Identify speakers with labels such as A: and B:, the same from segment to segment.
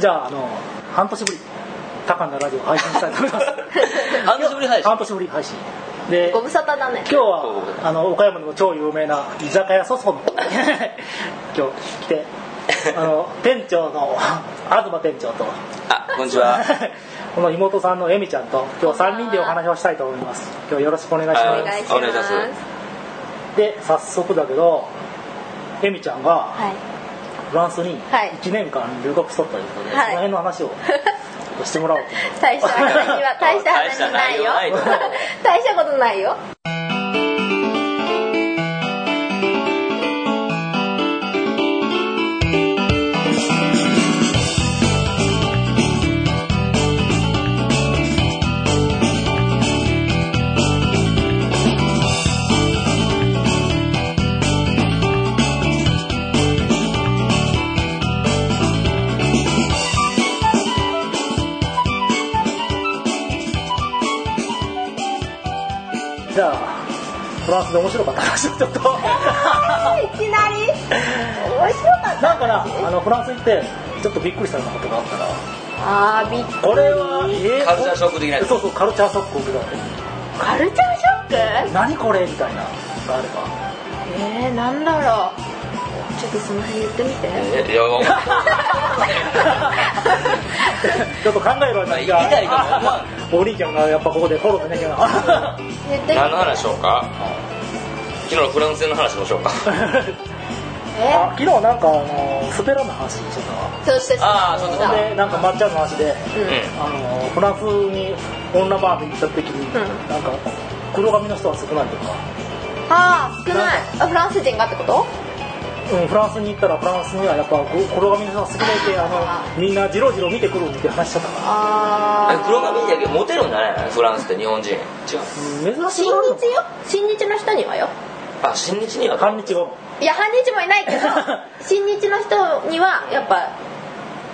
A: じゃああの半年ぶり高菜ラジオ配信したいと思います
B: 半年ぶり配信
A: 半年ぶり配信で
C: ご無沙汰だね
A: 今日はあの岡山でも超有名な居酒屋そその 今日来てあの店長の東店長と
B: あこんにちは
A: この妹さんのえみちゃんと今日3人でお話をしたいと思います今日よろしくお願いし
B: は
C: お
A: ま
C: 願いし
B: お願いしま
C: ますす
A: すで早速だけどえみちゃんが
C: はい
A: フランスに
C: はい
A: 1年間留学しとったということで、
C: はい
A: その辺の話をしてもらおうと思います
C: 大した話は大した話ないよ
B: 大した内容ない
C: 大したことない よ
A: じゃあフランスで面白かった話をちょっと
C: いきなり面白かった
A: なんかなあのフランス行ってちょっとびっくりしたようなことがあったら
C: あーびっ
A: これはえ
B: カルチャーショック的なやつ
A: そうそうカルチャーショックを受けたわけ
C: カルチャーショック
A: 何これみたいなのがあれば
C: えー、なんだろうちょっとその 辺言ってみて
B: えいやお前
A: ちょっと考えろよ、
B: まあ
A: じゃあ
B: 言いたいかもまあ
A: お兄ちゃんがやっぱここでフォローしなき ゃ
C: 言ってみて
B: 何の話しようか昨日のフランス戦の話しましょうか
A: な。あ
C: え
A: 昨日なんか、あのー、スペラの話して
C: そうして
B: あーそう
A: た
B: だ
A: わ。で、なんか抹茶の話で、
C: うん
B: う
A: あのー、フランスに女バーで行った時に、
C: うん
A: なんか、黒髪の人は少ないとか、
C: あー少ないあフランス人がってこと
A: うん、フランスに行ったらフランスにはやっぱ黒髪の人が少ないって、あの、みんなジロジロ見てくるって話しちゃったか
C: あ
B: ん
C: ー
B: 黒髪じゃけどモテるんじゃないフランスって日本人違う
A: ら、うん、珍しい
C: 新日
A: な
C: よ新日の人にはよ
B: あ新日には
A: 半日後。
C: いや半日もいないけ ど新日の人にはやっぱ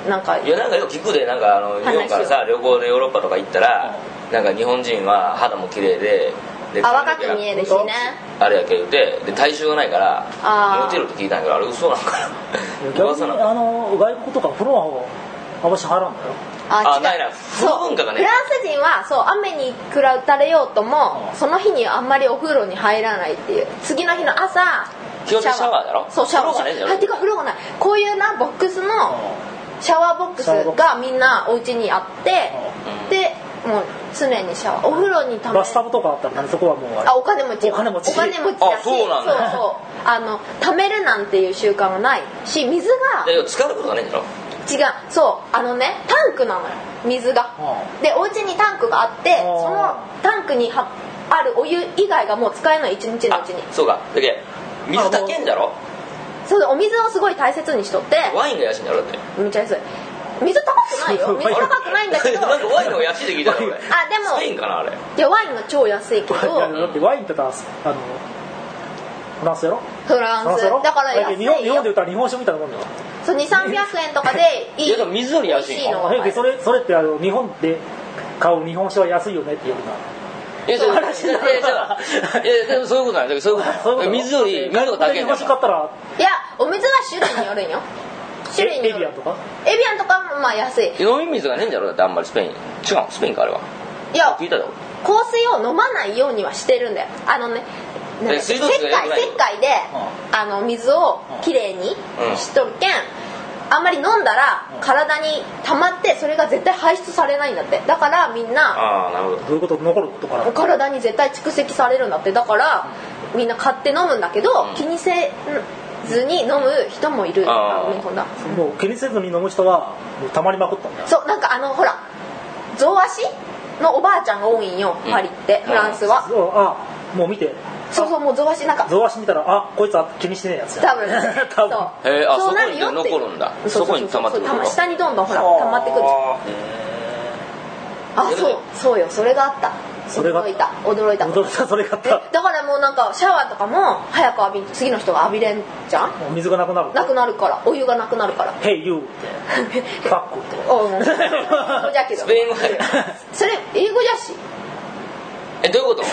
C: なんか
B: いやなんかよく聞くでなんかあの日
C: 話を
B: 本からさ旅行でヨーロッパとか行ったらなんか日本人は肌も綺麗でで
C: あ若く見えるしね
B: あれやけどでで体臭がないから
C: あー
B: モテるって聞いたんやけどあれ嘘なんかな
A: 逆
B: 噂
A: に、
B: なんか
A: あのー、外国とかフロアを、あまし払うんだよ。
B: あ
C: 違う
B: ないな
C: そう
B: 風文化がね
C: フランス人はそう雨にくら打たれようとも
A: うん
C: その日にあんまりお風呂に入らないっていう次の日の朝
B: 基本的にシャワーだろ
C: そうシャワー
B: 風呂がないんだろ
C: あてか風呂がないこういうなボックスのシャワーボックス
A: シャワーボックス
C: がみんなお家にあって
B: うん
C: でもう常にシャワーお風呂にたま
A: バスタブとかあったら、ね、そこはもうあれ
C: あお金持ち
A: お金持ち
C: お金持ちだし
B: あそうなんだ
C: そうそうあの貯めるなんていう習慣がないし水
B: だ
C: が
B: けど使うことがないんだろ
C: 違うそうあのねタンクなのよ水が
A: う
C: でお家にタンクがあって
A: あー
C: そのタンクにはあるお湯以外がもう使えない一日のう
B: あ
C: ちに
B: そうかだけど水だけんだろ
C: そうお水をすごい大切にしとって
B: ワインが安いんだろだって
C: めっちゃ安い水高くな いよ水高くないんだけど
B: なんかワインが安いって聞いたの俺
C: あでも
B: スペインかなあれ
C: いやワインが超安いけど
A: いやだってワインって言ったらあのフランスやろ
C: フランス
A: やろ
C: だから
A: だって
C: 安い
A: 日本日本で言
C: よ
A: ったら日本酒みたいなもんだよ
C: そう2300円とかでいい
B: いやでも水より安い
C: 美
B: の
C: 味しいのが
A: えでそれそれ ってあの日本で買う日本酒は安いよねって言うな
B: えそういや
A: 話
B: い
A: だ
B: やいやでもそういうことなんだけどそういうこと
A: そういうこと
B: 水より水が
A: 外
B: 高
A: 国
B: い
A: で日
B: んだ
A: 本酒買
B: よ
A: ったら
C: いやお水は種類によるんよ種類に
A: エ
C: よ
A: ビアン
C: る
A: とか
C: エビアンとかもまあ安い
B: 飲み水がねえんだろだってあんまりスペイン違うスペインかあれはい
C: や
B: 聞いたよ
C: 香水を飲まないようにはしてるんだよあのねなんだっけ
B: え水
C: 石
B: 道
C: 灰
B: 水が良くないよ
C: 石灰で、あの水をきれいに
B: うん
C: しとるけん、あんまり飲んだら
A: うん
C: 体に溜まってそれが絶対排出されないんだってだからみんな
B: ああなるほど
A: どういうこと残ることから
C: 体に絶対蓄積されるんだってだからみんな買って飲むんだけど、
B: うん
C: 気にせずに飲む人もいる
B: あー
C: あ日本だ
A: もう気にせずに飲む人はもうたまりまくったんだよ
C: そうなんかあのほら象足のおばあちゃんが多いんよ
B: うん
C: パリって、フランスは、
A: そうあもう見て
C: そうそうもう象足なんか
A: ゾワシ見たらあこいつは気にしてねえやつや
C: 多分
A: 多分
C: そう
B: へーあ
C: うなよって
B: そこに残るんだ
C: ううう
B: そこに溜まってくるの
C: そう下にどんどんほら溜まってくるじゃんあ
B: そ
C: そううそうよそれがあった
A: それがあ
C: 驚
A: っ
C: いた驚いた
A: 驚いたそれ買った
C: えだからもうなんかシャワーとかも早く浴び次の人が浴びれんじゃん
A: もう水がなくなる
C: なくなるからお湯がなくなるから
A: Hey you ってファックって
C: おうもうじゃけど
B: スペイン語やけど
C: それ英語じゃし
B: えどういうこと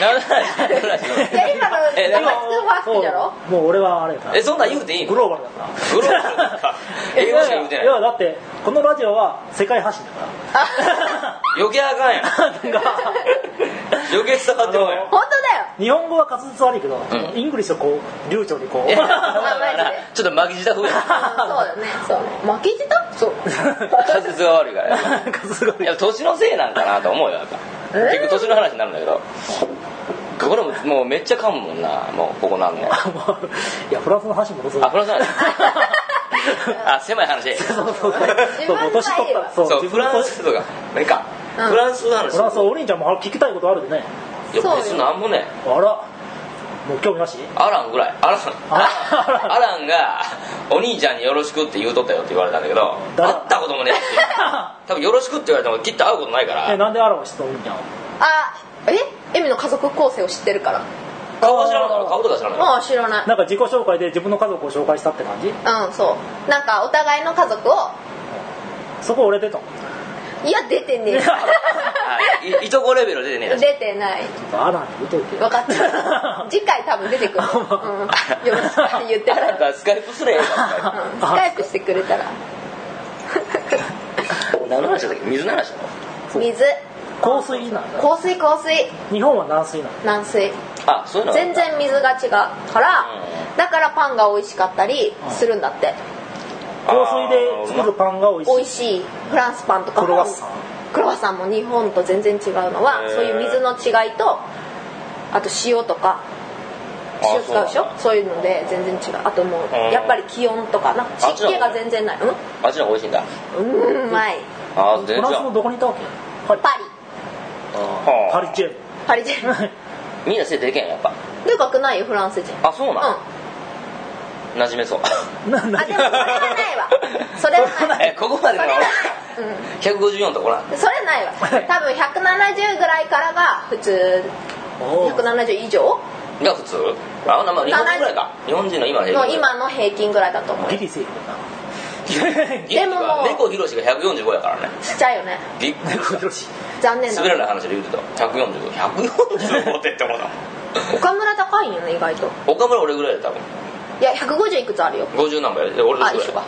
B: 何の話何の話
C: いや今の
B: えな
C: な
B: んん
C: か
B: か
C: ファーストじゃろ
A: うんもう俺はあれだ
B: えそんなん言うていいの
A: グローバルだから
B: グローバルなんか英語しか言うてな い
A: いややだってこのラジオは世界発信だから
C: あ
B: 余計あかんやん
A: なんか
B: 余計伝わってもうやん
C: 本当だよ
A: 日本語は滑舌悪いけど、
B: ん
A: イングリッシュをこう流暢にこう
B: いやま あ
C: マジで
B: まあ ちょっと巻き舌風やん
C: うんそうだねそう負けてたそう
B: 滑舌が悪いからや
A: なんかすご
B: い
A: い
B: や年のせいなんかなと思うよなんか
C: えー
B: 結局年の話になるんだけどこれももうめっちゃ噛むもんなもうここなんね
A: もういやフランスの話戻そう
B: あフランスなんですあ狭い話
A: そうそうそう
C: 自分の
A: 年取ったそう
B: そう
A: 自
B: フ
A: 分の
B: ラン
A: 年
B: スとかまあいいか
C: うん
B: フランスの話
A: フランスオリンちゃんも聞きたいことあるでね
B: いや
C: そうよ
B: 別になんもね
A: あらもう興味なし
B: アランぐらいアラン
A: あ
B: アランが「お兄ちゃんによろしく」って言うとったよって言われたんだけど
A: 誰
B: 会ったこともねえし多分「よろしく」って言われてもきっと会うことないか
A: え
B: ら
A: なんでアランは知ってたのオリンちゃんは
C: あえエミの家族構成を知ってるから
B: 顔は知らんから顔とか知らんから
C: もう知らない
A: なんか自己紹介で自分の家族を紹介したって感じ
C: うんそうなんかお互いの家族を
A: そこ俺出たの
C: いや出てねえ
B: はいいいとこレベルで ね
C: 出てない
A: アランって言うといて
C: 分か った次回多分出てくる、うん、よろしくって言って
B: あ
C: た
B: な
C: ら、
B: たスカイプすれよ
C: うん、スカイプしてくれたら
B: 何の話だっけ水の話だ
C: 水
A: 香水なんだ
C: 香水香水
A: 日本は軟水なんだ
C: 軟水
B: あそういうの
C: 全然水が違うからだからパンが美味しかったりするんだって
A: 香水で作るパンが美味しい
C: 美味しいフランスパンとかも
A: クロワッサン
C: クロワッサンも日本と全然違うのは
B: へー
C: そういう水の違いとあと塩とか塩使うでしょ
B: あ
C: そういうので全然違うあともう
B: うん
C: やっぱり気温とかなんか湿気が全然ないうん
B: あっちの方が美味しいんだ
C: うんうまい
B: あー全
A: フ
B: 然
A: ランスのどこにいたわけパリ
C: パ
B: はあ
A: パリチェー
C: リパリじゃない
A: ム
B: みんな背でけんやっぱ
C: でかくないよフランス人
B: あそう
C: うん
B: なん馴染めそう
A: なな
C: あでもそれ はないわそれはな い
B: えここまで
C: それ
B: の
C: はないうん
B: 154とこら
C: それないわ多分170ぐらいからが普通
A: おー
C: 170以上
B: が普通あほなまあ日本人ぐらいか日本人の今の平
C: の
B: 均
C: 今の平均ぐらいだと思う
A: ギ
C: ちっ
A: リセーフだな
C: でももう
B: 猫ひろしが145やからね
C: ちゃいよね
B: びっくり
A: 猫ひろ
B: し
A: した
B: た
C: 残念だ
B: 滑らない話で言うてた145145ってってこと だ
C: 岡村高いんよね意外と
B: 岡村俺ぐらいだよ
C: いや150いくつあるよ
B: 多分50何倍で俺
C: あ
B: のぐら
C: 一緒
B: い
C: か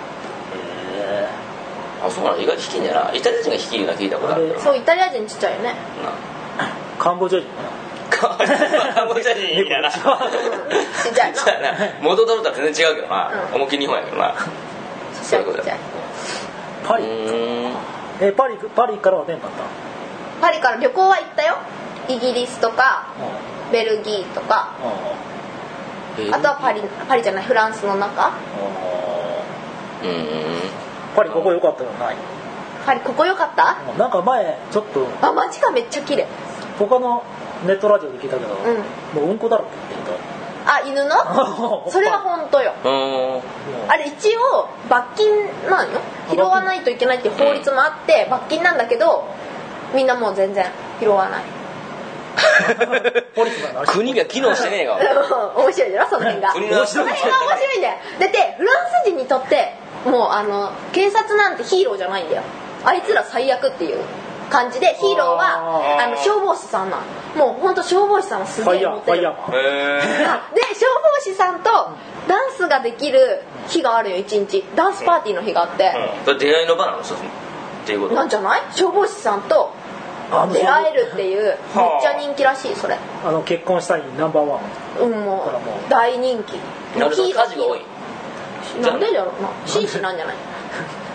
B: あそうなの意外と低いんじゃないイタリア人が低いのは聞いたことあるけど
C: そうイタリア人ちっちゃいよね
B: な
A: カンボジア人
B: カンボジア人やな
A: ちっ
C: ちゃいな
B: ちっちゃいな元取るとは全然違うけどな、
C: うん
B: 重き日本やけどな
C: ちっち
B: そ
C: ゃ
B: うい
C: いうち
B: こと
C: っちゃ
B: だ
C: い
A: パ
B: う
A: リ
B: ーん
A: えパリパリからは電波あっ
C: パリから旅行は行ったよイギリスとか
A: たの
C: ベルギーとか
A: う
C: あとはパリパリじゃないフランスの中
A: ん
B: うーん
A: パリここ良かったよない
C: パリここ良かった
A: なんか前ちょっと
C: あ街がめっちゃ綺麗
A: 他のネットラジオで聞いたけど、
C: ん
A: もううんこだらけって言って
C: あ 犬のそれは本当よ
B: うーん
A: た
C: あれ一応罰金なんよ拾わないといけないっていう法律もあって罰金なんだけどみんなもう全然拾わない
A: ポリスマンの話
B: 国が機能してねえ
C: で
B: か
C: も面白いじゃろその辺がその
B: 国
C: 辺
A: 面
B: の
C: が
B: 話
A: 白い
C: 面白いんだよだってフランス人にとってもうあの警察なんてヒーローじゃないんだよあいつら最悪っていう感じでヒーローは
B: あー
C: あの消防士さんなんもう本当消防士さんはす
A: ファイ
C: げえ
A: ヤ
C: モ
A: ーフ
C: テ
A: ァイ
C: る
A: ヤー
C: あ
A: マン
B: へ
C: で消防士さんとダンスができる日があるよ一日ダンスパーティーの日があって、
B: えそれ出会いの場なのそうっていうこと
C: なんじゃない消防士さんと
A: あの
C: 出会えるっていうめっ
B: はあ
C: ちゃ人気らしいそれ
A: あの結婚したいナンバーワン
C: うんも
A: ほらも
C: う大人気
B: なるほど
C: ヒ
B: 家
C: ーロー
B: 事が多い
C: なんでだろうな紳士なんじ ゃない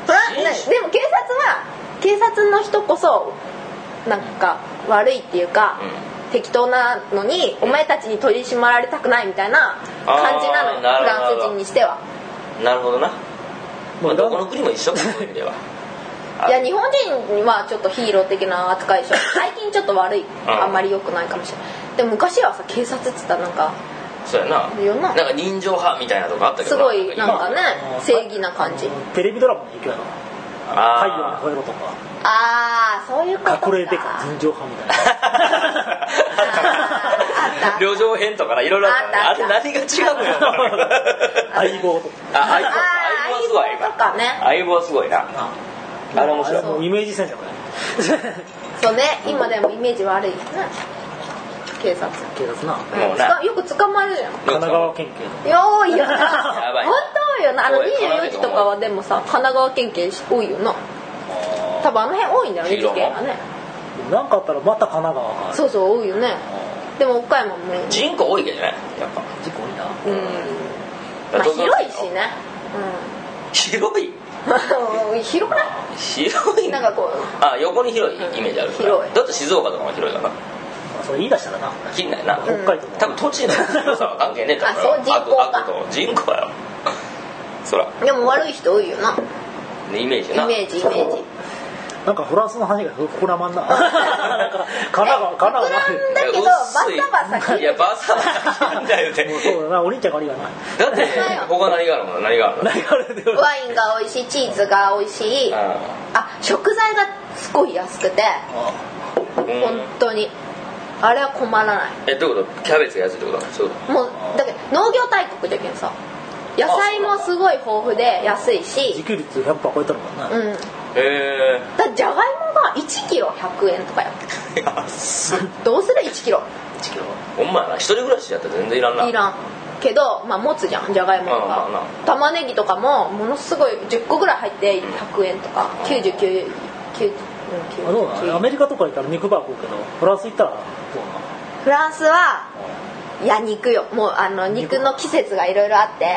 C: それはねでも警察は警察の人こそなんか悪いっていうか、適当なのにお前たちに取り締まられたくないみたいな感じなの
B: あー
C: よフ
B: なるほど
C: ランス人にしては
B: うんなるほどな
A: も
B: まあ
A: う
B: どこの国も一緒かそういう意味ではあ
C: いや日本人にはちょっとヒーロー的な扱 いでしょ最近ちょっと悪い
B: ん
C: あんまり良くないかもしれないでも昔はさ警察っつったらなんか
B: そうやな
C: よな
B: なんか人情派みたいなとこあったけど
C: すごいなんかね
A: うん
C: 正義な感じ
A: テレビドラマの影響やろ太陽の
B: あ
A: 吠えろと
C: ああそういうこと
A: か
C: か
A: 隠れて か人情派みたいな
C: あった
B: あ旅情編とかないろいろあったね
C: あ
B: あ
C: った
B: れ
C: あった
B: 何が違うの よ
A: 相棒と
B: あ相棒
C: あー
B: 相棒はすごい
C: 相棒とかね
B: 相棒はすごいな
A: か
B: あれ面白い
A: もうイメージ戦略だね
C: そうね今でもイメージ悪いね警察
A: 警察な
B: もう
C: つか
B: な
C: よく捕まるじゃん
A: 神奈川県警
C: 多いよな
B: やばい
C: 本当多いよなあの
B: 多い
C: 24時とかはでもさ神奈川県警多いよな多分あの辺多いんだよね
B: 黄色
C: 事
B: も
C: 件がね
A: だなんかあったらまた神奈川か
C: そうそう多いよねでも岡山もうん
B: 人口多いけどねやっぱ
A: 事故多いな
C: まあ
B: 東京
C: 広いしね
B: 広い
C: うん 広くない
B: 広い
C: なんかこ
B: あ横に広いイメージあるから
C: 広い
B: だって静岡とかも広いからな
A: まあそれ言い出したらな
B: 近ないな
A: 北海道
B: 多分土地の広さは関係ねえと思よ
C: あそう人口か
B: あとあと人口やろそら
C: うでも悪い人多いよな
B: ねイメージな
C: イメージイメージ
A: なんかフランスの話が膨らまんななんか神奈川神奈
C: 膨らんだけど
B: いや薄い
C: バサバサ切る
B: いやバサバサ切るんだよ って
A: 川もうそうだなお兄ちゃんがありがない
B: だって他何があるの何があるの
A: 何があるんだよ
C: ワインが美味しいチーズが美味しい
B: あ
C: あ食材がすごい安くて
B: あうん
C: 本当にあれは困らない
B: えどういうことキャベツが安いってことそういうこ
C: もうだけど農業大国だけどさ野菜もすごい豊富で安い
A: 自
C: し
A: 給率100%超えたのか
C: う
A: なん
B: とへ
C: だってじゃがいもが1キロ100円とかや
B: え安っ
C: どうする1キロ
A: 1キロ
B: ほんまやな一人暮らしやったら全然いらんない
C: らんけどまあ持つじゃんじゃがいもと
B: まあまあ
C: か
B: ま
C: 玉ねぎとかもものすごい10個ぐらい入って100円とか99 9
A: あどうなのアメリカとか行ったら肉ばっか食うけどフランス行ったらど
C: フランスはいや肉よもうあの肉の季節がいろいろあって
A: う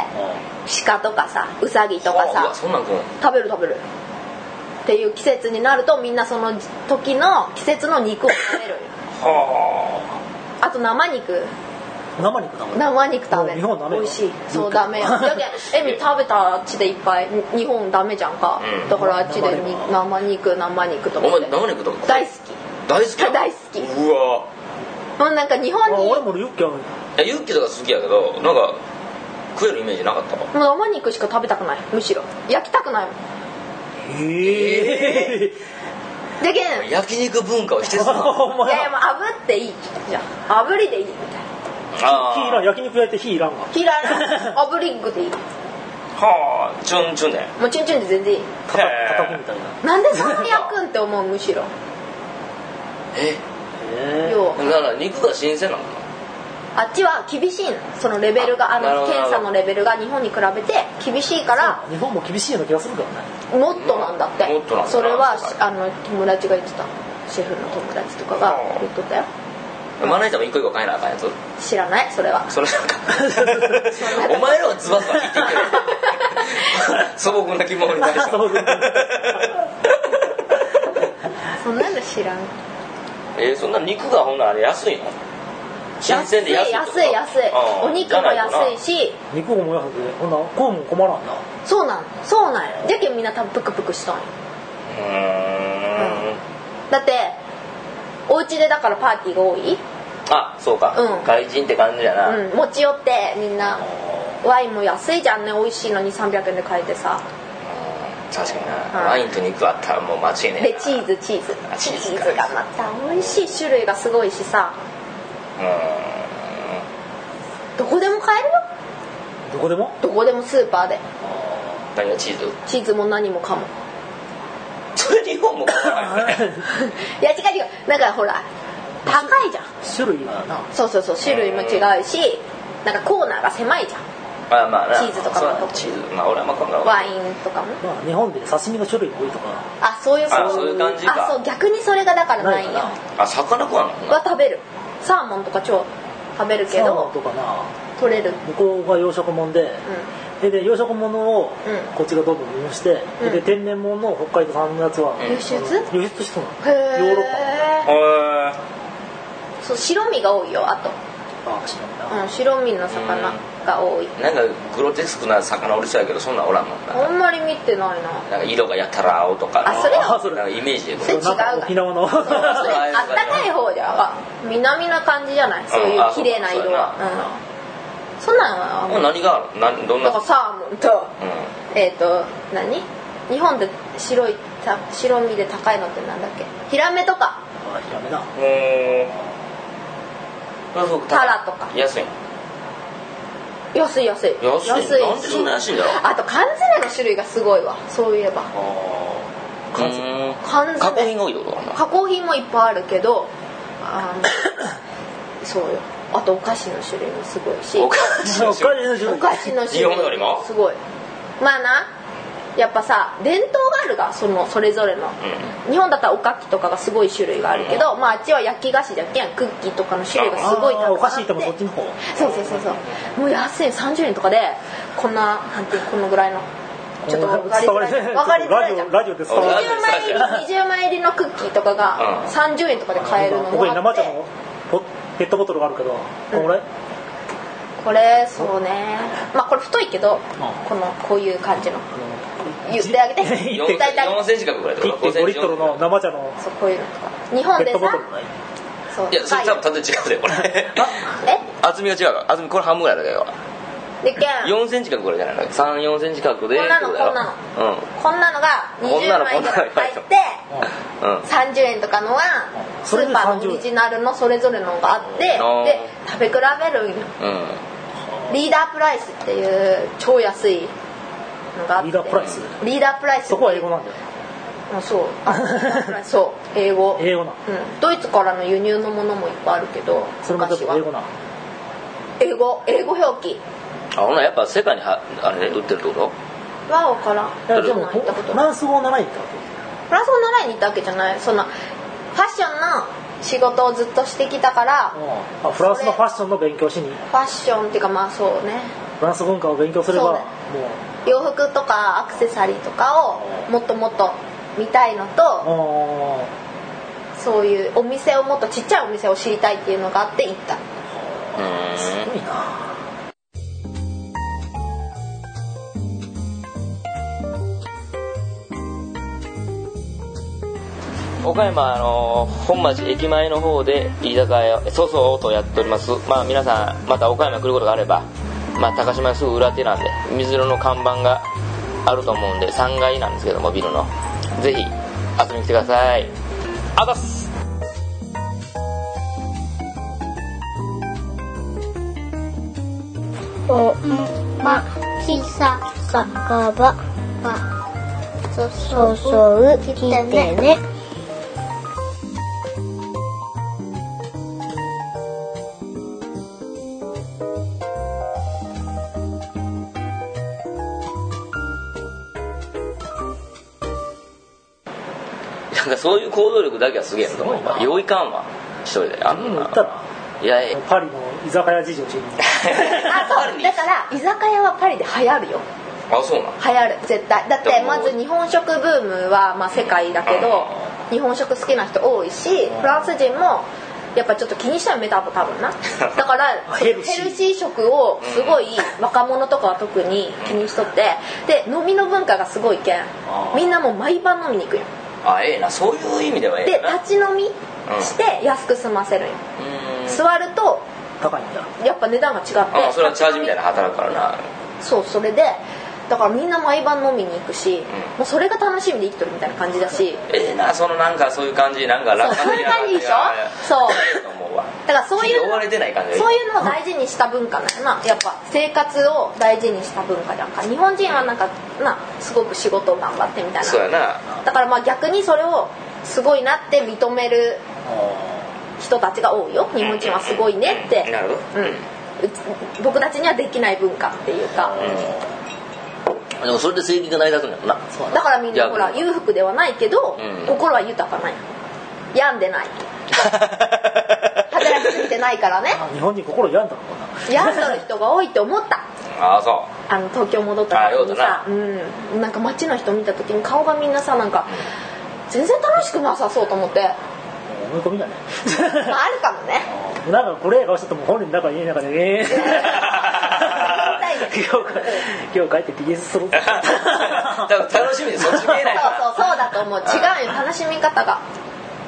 A: なの
C: 鹿とかさウサギとか
B: あうわ
C: さ
B: そんなん食うの
C: 食べる食べるっていう季節になるとみんなその時の季節の肉を食 べる
B: は
C: あと生肉
A: 生肉だもん
C: 生肉食べ
A: もう
C: る
A: 日本ダメよ
C: 美味しいそうダメよだけどエミ食べたあっちでいっぱい日本ダメじゃんか、
B: うん
C: だからあっちでに
A: 生肉
C: 生肉生肉と
B: あ
C: か
B: お
C: っ
B: 前
C: て
B: 生肉とか
C: 大好
B: 大好きやん
C: 大好き
B: うわ
C: きもうなんか日本
A: あ
C: に
A: 俺
C: もう
A: もユッケある
B: いやユッケとか好きやけどなんか食えるイメージなかったわ
C: 生肉しか食べたくないむしろ焼きたくないもん
A: へえ
C: だけど
B: 焼肉文化を してさ
A: お
C: いや
A: 前
C: いやもう炙っていいじゃん炙りでいいみたいな
A: 火いらん
B: あ
A: 焼肉焼いて火いらんわ
C: 嫌いな炙り具でいい
B: あはあチュンチュンね
C: もうチュンチュンで全然いい
A: 叩叩くみたいな
C: なんでそんな焼くんって思うむしろ
A: へ
B: え
C: 要は
B: だから肉が新鮮なのか
C: あっちは厳しいのそのレベルがあ
B: なるほ
C: の
B: ど
C: 検査のレベルが日本に比べて厳しいから
A: 日本も厳しいような気がするけどね
C: もっとなんだって
B: もっとなんだ
C: それは
B: 確
C: あの友達が言ってたシェフの友達とかが言っとったよ
B: なまな板も一個一個買えなあかんやつ
C: 知らないそれは
B: それ なんかお前らはズバズバ聞いてるけど素朴な疑問に対して
A: 素朴な
C: そんなの知らん
B: えー、そんな肉がほんならあれ安いの新鮮で安い
C: 安い安いお肉も安い
B: し
C: し
A: 肉も安くてほんな食うもん困らんな
C: そうなんそうなんよじゃけんみんな多分プクプクしとんよ
B: うーん
C: だってお家でだからパーティーが多い
B: あそうか、
C: うん
B: 外人って感じやな、
C: うん持ち寄ってみんなワインも安いじゃんね美味しいのに300円で買えてさ
B: 確かにな、
C: うん
B: ワインと肉あったらもう間違いねえ
C: で
B: な
C: チーズチーズ
B: あチ
C: チ
B: ーズ
C: ー
B: か
C: ズがまた美味しい種類がすごいしさ
B: うー
C: どこでも買えるよ
A: どこでも
C: どこでもスーパーで
B: ん何がチーズ
C: チーズも何も かも
B: それ日本も買わ ないよね
C: いや違う違うなんかほら高いじゃん
A: 種類がな
C: そうそうそう種類も違うしなんかコーナーが狭いじゃ
B: まあまあな
C: チーズとか
B: そ
C: も
B: うだねチーズまあ俺はまあこんなん
C: ワインとかも
A: まあ日本で刺身の種類が多いとか
C: あそういう
B: あそういう感じか
C: あそう逆にそれがだからな
A: ないい
C: よ
A: かな
B: あ魚食わんの
C: は食べるサーモンとか超食べるけ
A: サーモン
C: ど
A: とかな
C: 取れる
A: 向こうが養殖もんで
C: う
A: でで養殖ものを
C: うん
A: こっちがどんどん輸入して
C: うん
A: で天然ものを北海道産のやつは
B: うん
C: 輸出
A: 輸出したの
C: んへ
A: ヨーロッ
C: え
B: へ
C: そう白身が多いよあと、
A: パあ知らんな
C: うん、白身の魚が多い
B: えなんかグロテスクな魚おりそうやけどそんなんおらんのなんか
C: あんまり見てないな
B: なんか色がやたら青とか
C: あそれ
A: は
B: なんかイメージでこ
C: それ違う
A: なんか沖 縄の
C: あったかい方じゃんあ南な感じじゃないそういう綺麗な色は
B: うんあ
C: うんそんなんはあん
B: も
C: ま
B: う何があるなんどん
C: だ
B: な
C: からサーモンと
B: うん
C: えっ、と何日本で白いた白身で高いのってなんだっけヒラメとか
A: あヒラメな
B: うーんあそう
C: タラとか
B: 安い
C: 安い安い
B: 安いなんで
C: し
B: そんな安いんだろう
C: あと缶詰の種類がすごいわそういえば
A: 缶詰
B: うーん
C: 缶詰
B: 加工品が多いってことかな
C: 加工品もいっぱいあるけどあのそうよあとお菓子の種類もすごいし
B: おかしいでしょ
A: の
C: お菓子の種
B: 日本より
C: 類
B: も
C: すごいまあなやっぱさ伝統があるがそのそれぞれの、日本だったらおかきとかがすごい種類があるけど、まああっちは焼き菓子だけやんクッキーとかの種類がすごいたくさんあ
A: お菓子ってもそっちの方
C: そうそうそうそうもう安い30円とかでこんななんていうこのぐらいのちょっと分かり
A: 伝
C: づ
A: わ
C: ら
A: り
C: い
A: づらい
C: 分かりづらいじゃん
A: ラジオラジオで伝わりづらい
C: 20枚入り20枚入りのクッキーとか
B: う
C: が
B: ん
C: 30円とかで買えるの
A: ここに
C: もあ
A: 生
C: っ
A: 茶
C: て
A: のポペットボトルがあるけど
C: うん
A: これ
C: これそうねまあこれ太いけど
A: ん
C: このこういう感じの言ってあげて
A: い
B: 4
A: 大
C: 体
B: センチ角ぐらいってことか
A: 1.5リットルの生茶の
C: そうこういうのとか日本
A: ペ
C: で
A: ット
C: さ
A: ボトルない
C: そう
B: いやそれ多分全然違うでこれ厚みが違うから厚みこれ半分ぐらいだけど
C: えでけん
B: 4センチ角ぐらいじゃないの34センチ角で
C: こんなの
B: ってとだよ
C: こんなこんなのが20枚ぐらい入って
B: うんうん
C: 30円とかのはス
A: それ
C: ー
A: で
C: パーの
A: 30円
C: オリジナルのそれぞれのがあってで
B: あー
C: 食べ比べるんよ
B: うん
C: リーダープライスっていう超安いのがあって
A: リーダープライス
C: リーダープライス
A: そこは英語なんだよ
C: うんそう あリーダープライスそう英語
A: 英語な
C: うん、ドイツからの輸入のものもいっぱいあるけど
A: それもちょっ
C: 昔
A: と
C: は
A: 英語な
C: 英語英語表記
B: あほなやっぱ世界にはあれね売ってるってこと
C: は分からん
A: いやでも
C: そんなん行ったこと
A: フ
C: ない
A: ランス語習いに行ったわ
C: フランスを習いに行ったわけじゃないそのファッションの仕事をずっとしてきたから
A: けうんあフランスのファッションの勉強しに
C: ファッションっていうかまあそうね
A: フランス文化を勉強すれば
C: そ
A: も
C: うだ
A: う
C: よ洋服とかアクセサリーとかをもっともっと見たいのと
A: あ
C: そういうお店をもっとちっちゃいお店を知りたいっていうのがあって 行った
B: うーん
A: ーすごいな
B: 岡山あの本町駅前の方で居酒屋えそうそうとやっておりますまあ皆さんまた岡山来ることがあればまあ高島屋すぐ裏手なんで水色の看板があると思うんで3階なんですけどもビルのぜひ遊びに来てくださいあざっす
D: おまきさかかばばそそうきてね
B: なんかそういう行動力だけはすげえなと思う
A: すごいな
B: よいかんわ一人であん
A: 自分も
B: な
A: 行ったら
B: いやいや
A: パリの居酒屋事情しに
C: あ
B: パ
C: そう
B: リ
C: だから居酒屋はパリで流行るよ
B: あそうなん
C: 流行る絶対だっ
B: で
C: て
B: も
C: まず日本食ブームは、まあ、世界だけど日本食好きな人多いしフランス人もやっぱちょっと気にしたよ目多分多 分なだから
A: ヘルシー
C: ヘルシー食をすごい若者とかは特に気にしとってで飲みの文化がすごいけん
B: あー
C: みんなもう毎晩飲みに行くよ
B: あええなそういう意味ではええ
C: で
B: な
C: 立ち飲みして安く済ませるんよ
B: うーん
C: 座ると
A: 高いんだ
C: やっぱ値段が違って
B: あそれはチャージみたいなの働くからな
C: そうそれでだからみんな毎晩飲みに行く
B: ん
C: し、もうそれが楽しみで生きとるみたいな感じだし
B: ええなそのなんかそういう感じなんか楽
C: そうそういう感じでしょそう
B: 思うわ
C: だからそういう
B: 追われてない感じがいい
C: そういうのを大事にした文化なんやなやっぱ生活を大事にした文化じゃんか日本人はなんかなすごく仕事を頑張ってみたい
B: そう
C: な
B: やな
C: だからまあ逆にそれをすごいなって認める人たちが多いよ日本人はすごいねって
B: うんなるほど
C: うんうち僕たちにはできない文化っていうか、
B: うんでもそれで正義が成り立つんやろな
C: だからみんなほら
B: 逆に
C: 裕福ではないけど、
B: うん
C: 心は豊かない病んでない働きすぎてない からね
A: あ日本人心病んだのか
C: 病んでる人が多いって思った
B: ああ そ
C: あの東京戻った時に
B: あ
C: さうん、なんか街の人見た時に顔がみんなさなんか全然楽しくなさそうと思って、ま
A: な思い込みだね
C: あ、あるかも ね
A: なんかこれ顔してても本人の中に家の中で ええ 今日帰って DS する ぞ
B: 多分楽しみでそっち見えな
C: そう
B: いから
C: そうそうだ と思う違うよ楽しみ方が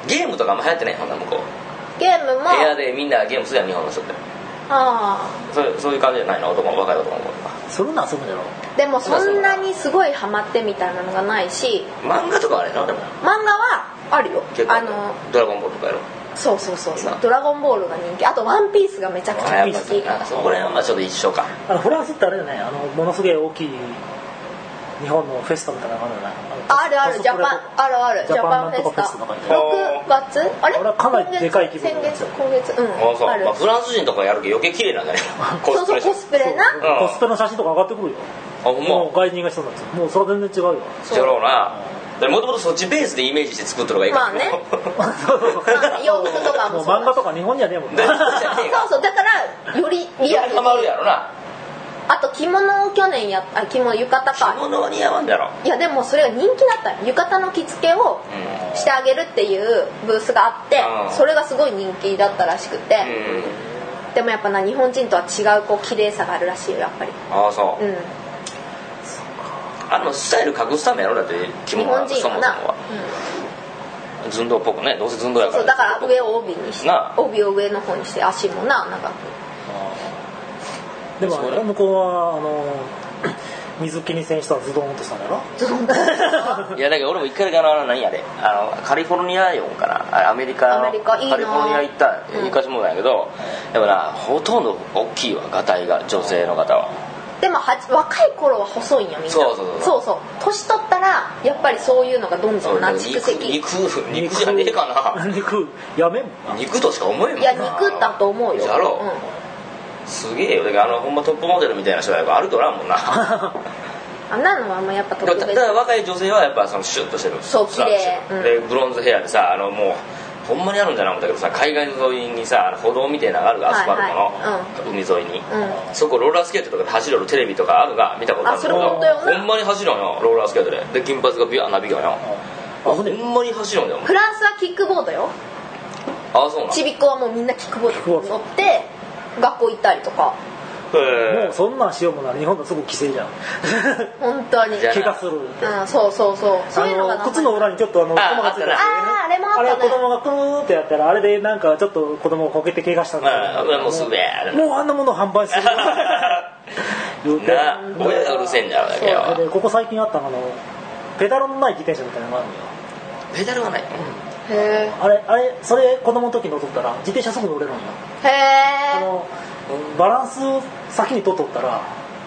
B: ゲームとかも流行ってないほんなら向こう
C: ゲームも
B: 部屋でみんなゲームするやん日本の人って
C: あ
B: そうそういう感じじゃないの男も若い男も
A: それな遊ぶんだろ
C: あでもそんなにすごいハマってみたいなのがないし
B: 漫画とかあれやなでも
C: 漫画はあるよ
B: 結構
C: あの
B: ドラゴンボールとかやろ
C: そうそうそうそう
B: な
C: ドラゴンボールが人気あとワンピースがめちゃくちゃ
B: やっ
C: 人
B: ぱ
C: 気
B: そこら辺はまあちょっと一緒か
A: あのフランスってあれだねあのものすげえ大きい日本のフェスタみたいなのがあるよね
C: あるあるジャパンあるある
A: ジ
C: ジ
A: ャ
C: ャ
A: パ
C: パ
A: ンな
C: ンフ
A: んと
C: ェ
A: か
C: ス
A: フェスとか
C: タ
A: に
C: 6月あれ
A: 俺はかなりでかい規模
C: 今
A: のやつ
C: 月今月うん
B: あそう
C: ある
B: まあフランス人とかやるけど余計綺麗なんじゃないのコ
C: そ
B: ス
C: う
B: プレ
C: そうコ
B: して
C: スプレな
A: そうコスプレの写真とか上がってくるよ
B: あほん
A: もう
B: ま
A: 外人が人なんですよもうそれは全然違うよ
B: じゃろうなもともとそっちベースでイメージして作っとる方がいいから
C: ま
A: そうそうそう
C: まあ洋服とか
A: も
C: も
A: う
C: そう
A: 漫画とか日本じゃねえもんね
B: でそうじゃねえ
C: そうそうだからよりリアルに
B: ハマるやろな
C: あと着物を去年やあ着物浴衣
B: 着
C: か
B: 物は似合わんだろ
C: いやでもそれが人気だったの浴衣の着付けを
B: うん
C: してあげるっていうブースがあって
B: うん
C: それがすごい人気だったらしくて、
B: うん
C: でもやっぱな日本人とは違うこう綺麗さがあるらしいよやっぱり
B: ああそう
C: うん
B: あのスタイル隠すためやろだって着
C: 日
B: 物は
C: 本人
B: そもそ
C: は
B: も
C: な
B: は寸胴っぽくねどうせ寸胴
C: う
B: や
C: ん、
B: から
C: そうだから上を帯にして
B: なあ
C: 帯を上の方にして足もななんか
A: でもあれだ向こうはあの水着に選したらズドンとしたんだろ
B: いやだけど俺も一回だけあの何やであのカリフォルニアよんかなあれアメリカの
C: アメリカいいな
B: カリフォルニア行った
C: うん
B: 行かしてもらったんやけど、でもなほとんど大きいわガタイが女性の方は
C: でもはち若い頃は細いんよみんな
B: そうそうそう
C: そう年取ったらやっぱりそういうのがどんどんな
B: だから
C: 蓄
B: 肉
C: 積
B: 肉肉じゃねえか な
A: 肉やめんもんな
B: 肉としか思えんもん
C: いや肉だと思うよ
B: じゃろ、すげえよだけどあのほんまトップモデルみたいな人が歩いておらん もんな
C: うん、あんなのはあんまやっぱ
B: だ
C: 特
B: か
C: 別
B: ら若い女性はやっぱそのシュッとしてる
C: そう綺麗うん
B: でブロンズヘアでさあのもうほんまにあるんじゃない思ったけどさ海岸沿いにさあの歩道みたいなのがあるがアスファルトの、海沿いに、
C: う
B: そこローラースケートとかで走るテレビとかあるが見たことあるんだけど
A: あそれ本
C: 当よな
B: ほんまに走るんよローラースケートでで金髪がビュアーなびくんよ
A: あ
B: ほ
A: ほんで
B: んまに走るんだよ
C: んフランスはキックボードよ
B: あそうなの
C: ちびっ子はもうみんなキックボ
A: キックボ
C: ー
A: ー
C: ド
A: ド
C: 乗って学校行ったりとか
B: へ
A: もう
B: え
A: そんなんしようもない日本だとすぐ規制じゃん
C: 本当に
B: じゃ
A: 怪我する
C: うんそうそうそうそういうのが
A: あ
C: な
A: の靴の裏にちょっとあの
B: あ
A: 駒がついてるやつね
C: ああれもあったね
A: あれ子供がクーってやったらあれでなんかちょっと子供をこけて怪我したんだ
B: あもうすぐや
A: もうあんなもの販売する言う て
B: な親がうるせえんだよだけ
A: そう
B: ど
A: でここ最近あったのあのペダルのない自転車みたいなのがあるのよ
B: ペダルはない
C: へ
A: あれあれそれ子供の時に乗っとったら自転車すぐ乗れるんよ
C: えへ
A: あ
C: え
A: のバランス先に取っとったら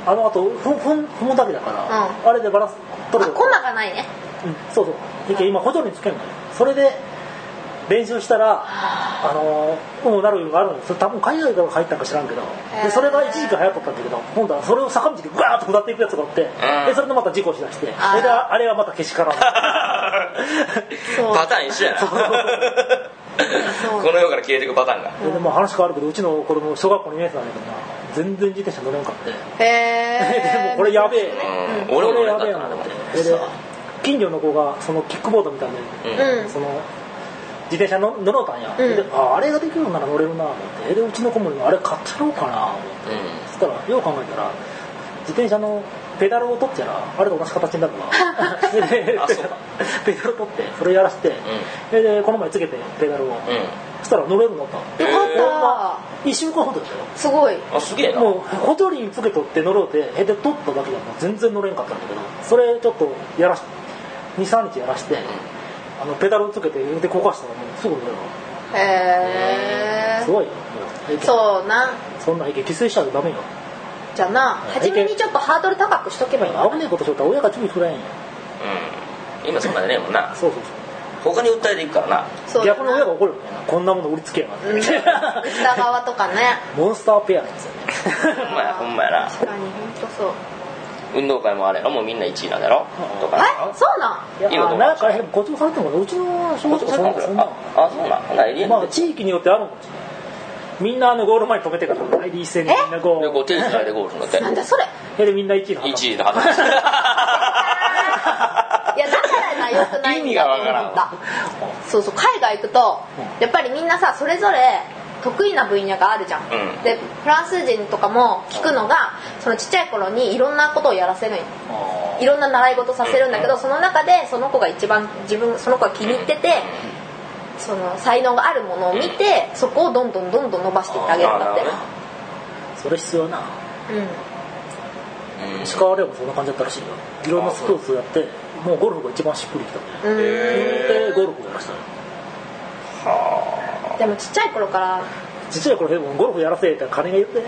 A: あのあとふんふん踏むだけだから、あれでバランス取れる
C: 粉がないね
A: うん、そうそうで今補助につけるのよそれで練習したらあのーうんなるようになるんですそれ多分海外から入ったんか知らんけど
C: へー
A: でそれが一時期流行っとったんだけど今度はそれを坂道でガーッと下っていくやつがおって
B: ん
A: でそれでまた事故しだしてそれで
C: あー
A: あれはまたけしからん
C: そう
B: パターン一緒やな この世から消えていくパターンが
A: それでまあ話変わるけどうちの子供小学校2年生なんだけどな全然自転車乗れんかって
C: へえ
A: でもこれやべえ
B: うん俺も
A: これ
B: や
A: やべえ
B: べえな
A: な
B: と
A: と
B: 思
A: 思
B: っ
A: っててそれで近所の子がそのキックボードみたいな
B: うん
C: う ん
A: その自転車の乗ろうたんや、
C: うん
A: でああれができるんなら乗れるなと思ってでうちの子も今あれ買っちゃろうかなと思って
B: う
A: そしたらよう考えたら自転車のペダルを取ってやらあれと同じ形になるなそれで
B: あそうか
A: ペダル取ってそれやらせて、それでこの前つけてペダルを、
B: んうん
A: そしたら乗れるのと
C: よかっ
A: 1週間ほどだったよ
C: たすごい
B: あすげえな
A: もうホテルにつけとって乗ろうてえで取っただけだもん全然乗れんかったんだけどそれちょっとやらし23日やらしてあのペダルつけて腕こかしたらもうすぐ乗れるわ
C: へえ
A: すごいよう
C: そうな
A: そんな激制しちゃダメよ
C: じゃあな初めにちょっとハードル高くしとけばいいわ
A: 危ねえことしよったら親が注意すらへんよ
B: うん今そんなでねえもんな
A: そうそうそ
B: 他に訴えていくからな
C: そうう
A: 逆に親が
C: な
A: 怒るよねこんなもの売りつけやがっ
C: うん
A: て
C: 下側とかね
A: モンスターペアですよね
B: ほんまやほんまやな
C: 確かに本当そう
B: 運動会もあれやろもうみんな1位なんだろ
A: うん
B: とか
C: えそうなん
A: いや
B: いいこと
A: なんか変誇張されてもねうちの小
B: もう
A: 学
B: ちょ
A: 校
B: っと
A: そんなそんな
B: ああそうなんほんならエリア
A: まあ
B: に
A: 地域によってあるのかもしれないみんなあのゴール前に止めてからはいで一斉にみんなゴー
B: でこ
A: ル
B: う手つないでゴールするんだって
C: なんだそれ
A: それでみんな1位の旗
B: 1位の話
C: いやだからな良くな
B: 意
C: いんだと思
B: 味
C: っ
B: が
C: たそうそう海外行くとやっぱりみんなさそれぞれ得意な分野があるじゃん、
B: うん
C: でフランス人とかも聞くのがそのちっちゃい頃にいろんなことをやらせるんよ
A: あ
C: いろんな習い事させるんだけどその中でその子が一番自分その子が気に入っててその才能があるものを見てそこをどんどんどんどん伸ばしていってあげるんだって
B: あーなる
A: ーそれ必要やな
C: うん
B: うん
A: 石川遼もそんな感じだったらしいよいろんなスポーツをやってもうゴルフが一番しっくりきたんだよ
C: う
B: へ
C: ん
A: で
B: ー
A: ゴルフをやらせたの
B: は
C: でもちっちゃい頃から
A: 実はこれでもゴルフやらせたら金がいる ね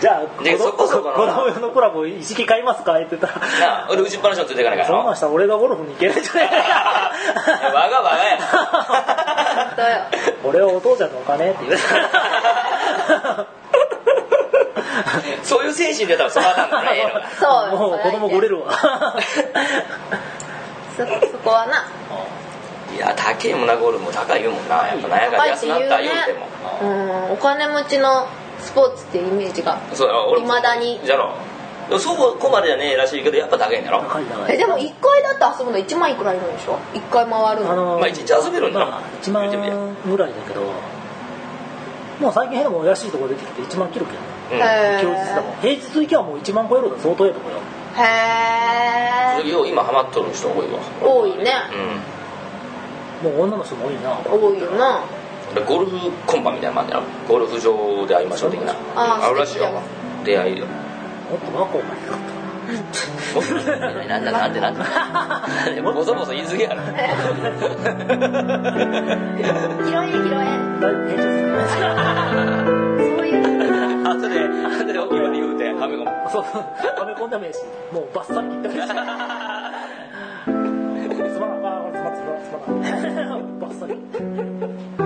A: じゃあ子
B: でそこそこの
A: 子供用のクラブ一式買いますかって言ったら
B: なあ俺打ちっぱなしのっていかないか
A: そんなん
B: ら
A: したら俺がゴルフに行けるんじ ゃない
B: なわがわがや
C: 本当よ
A: 俺はお父ちゃんのお金 って言う
B: そういう精神で多分育ったんだねええのが
C: そうよ
A: もう子供ごれるわ
C: そ そこはない
B: や高いもんなゴルフも高いもんなやっぱなんやかんや安なった言うても
C: うんお金持ちのスポーツっていうイメージが
B: そうや俺も
C: 未だに
B: じゃろでもそこまでじゃねえらしいけどやっぱ高いんだろ
A: 高いな
C: えでも1回だって遊ぶの1万いくらいるんでしょ1回回る
A: あ
C: の
A: の
B: まあ一日遊べるんだな
A: まあ1万
B: 言うてみり
A: ぐらいだけどもう最近ヘルも安いとこ出てきて1万切るけどね
B: うん
C: へ
A: 休日だもん平日行けばもう1万超えるの相当ええとこよ
C: へえ
B: よう今ハマっとる人多いわ
C: 多いね
B: う
A: もう女の人も多いな
C: 多いよな
B: でゴルフコンパみたいなのもあんねやろゴルフ場で会いましょう的な
C: あー
B: るらしいよ
C: 素敵
B: 出会い よ
A: もっと若い子がいるか
B: なんだなんでなんで なんでボソボソ言い過ぎやろ
A: らだいぶ変調するね
C: 広え広えそういう
B: 後で後で大きいわ言うてはめ込む
A: そうそうはめ込んだ名刺もうバッサリ切った名刺すまなあーつまつまつまなバッサリ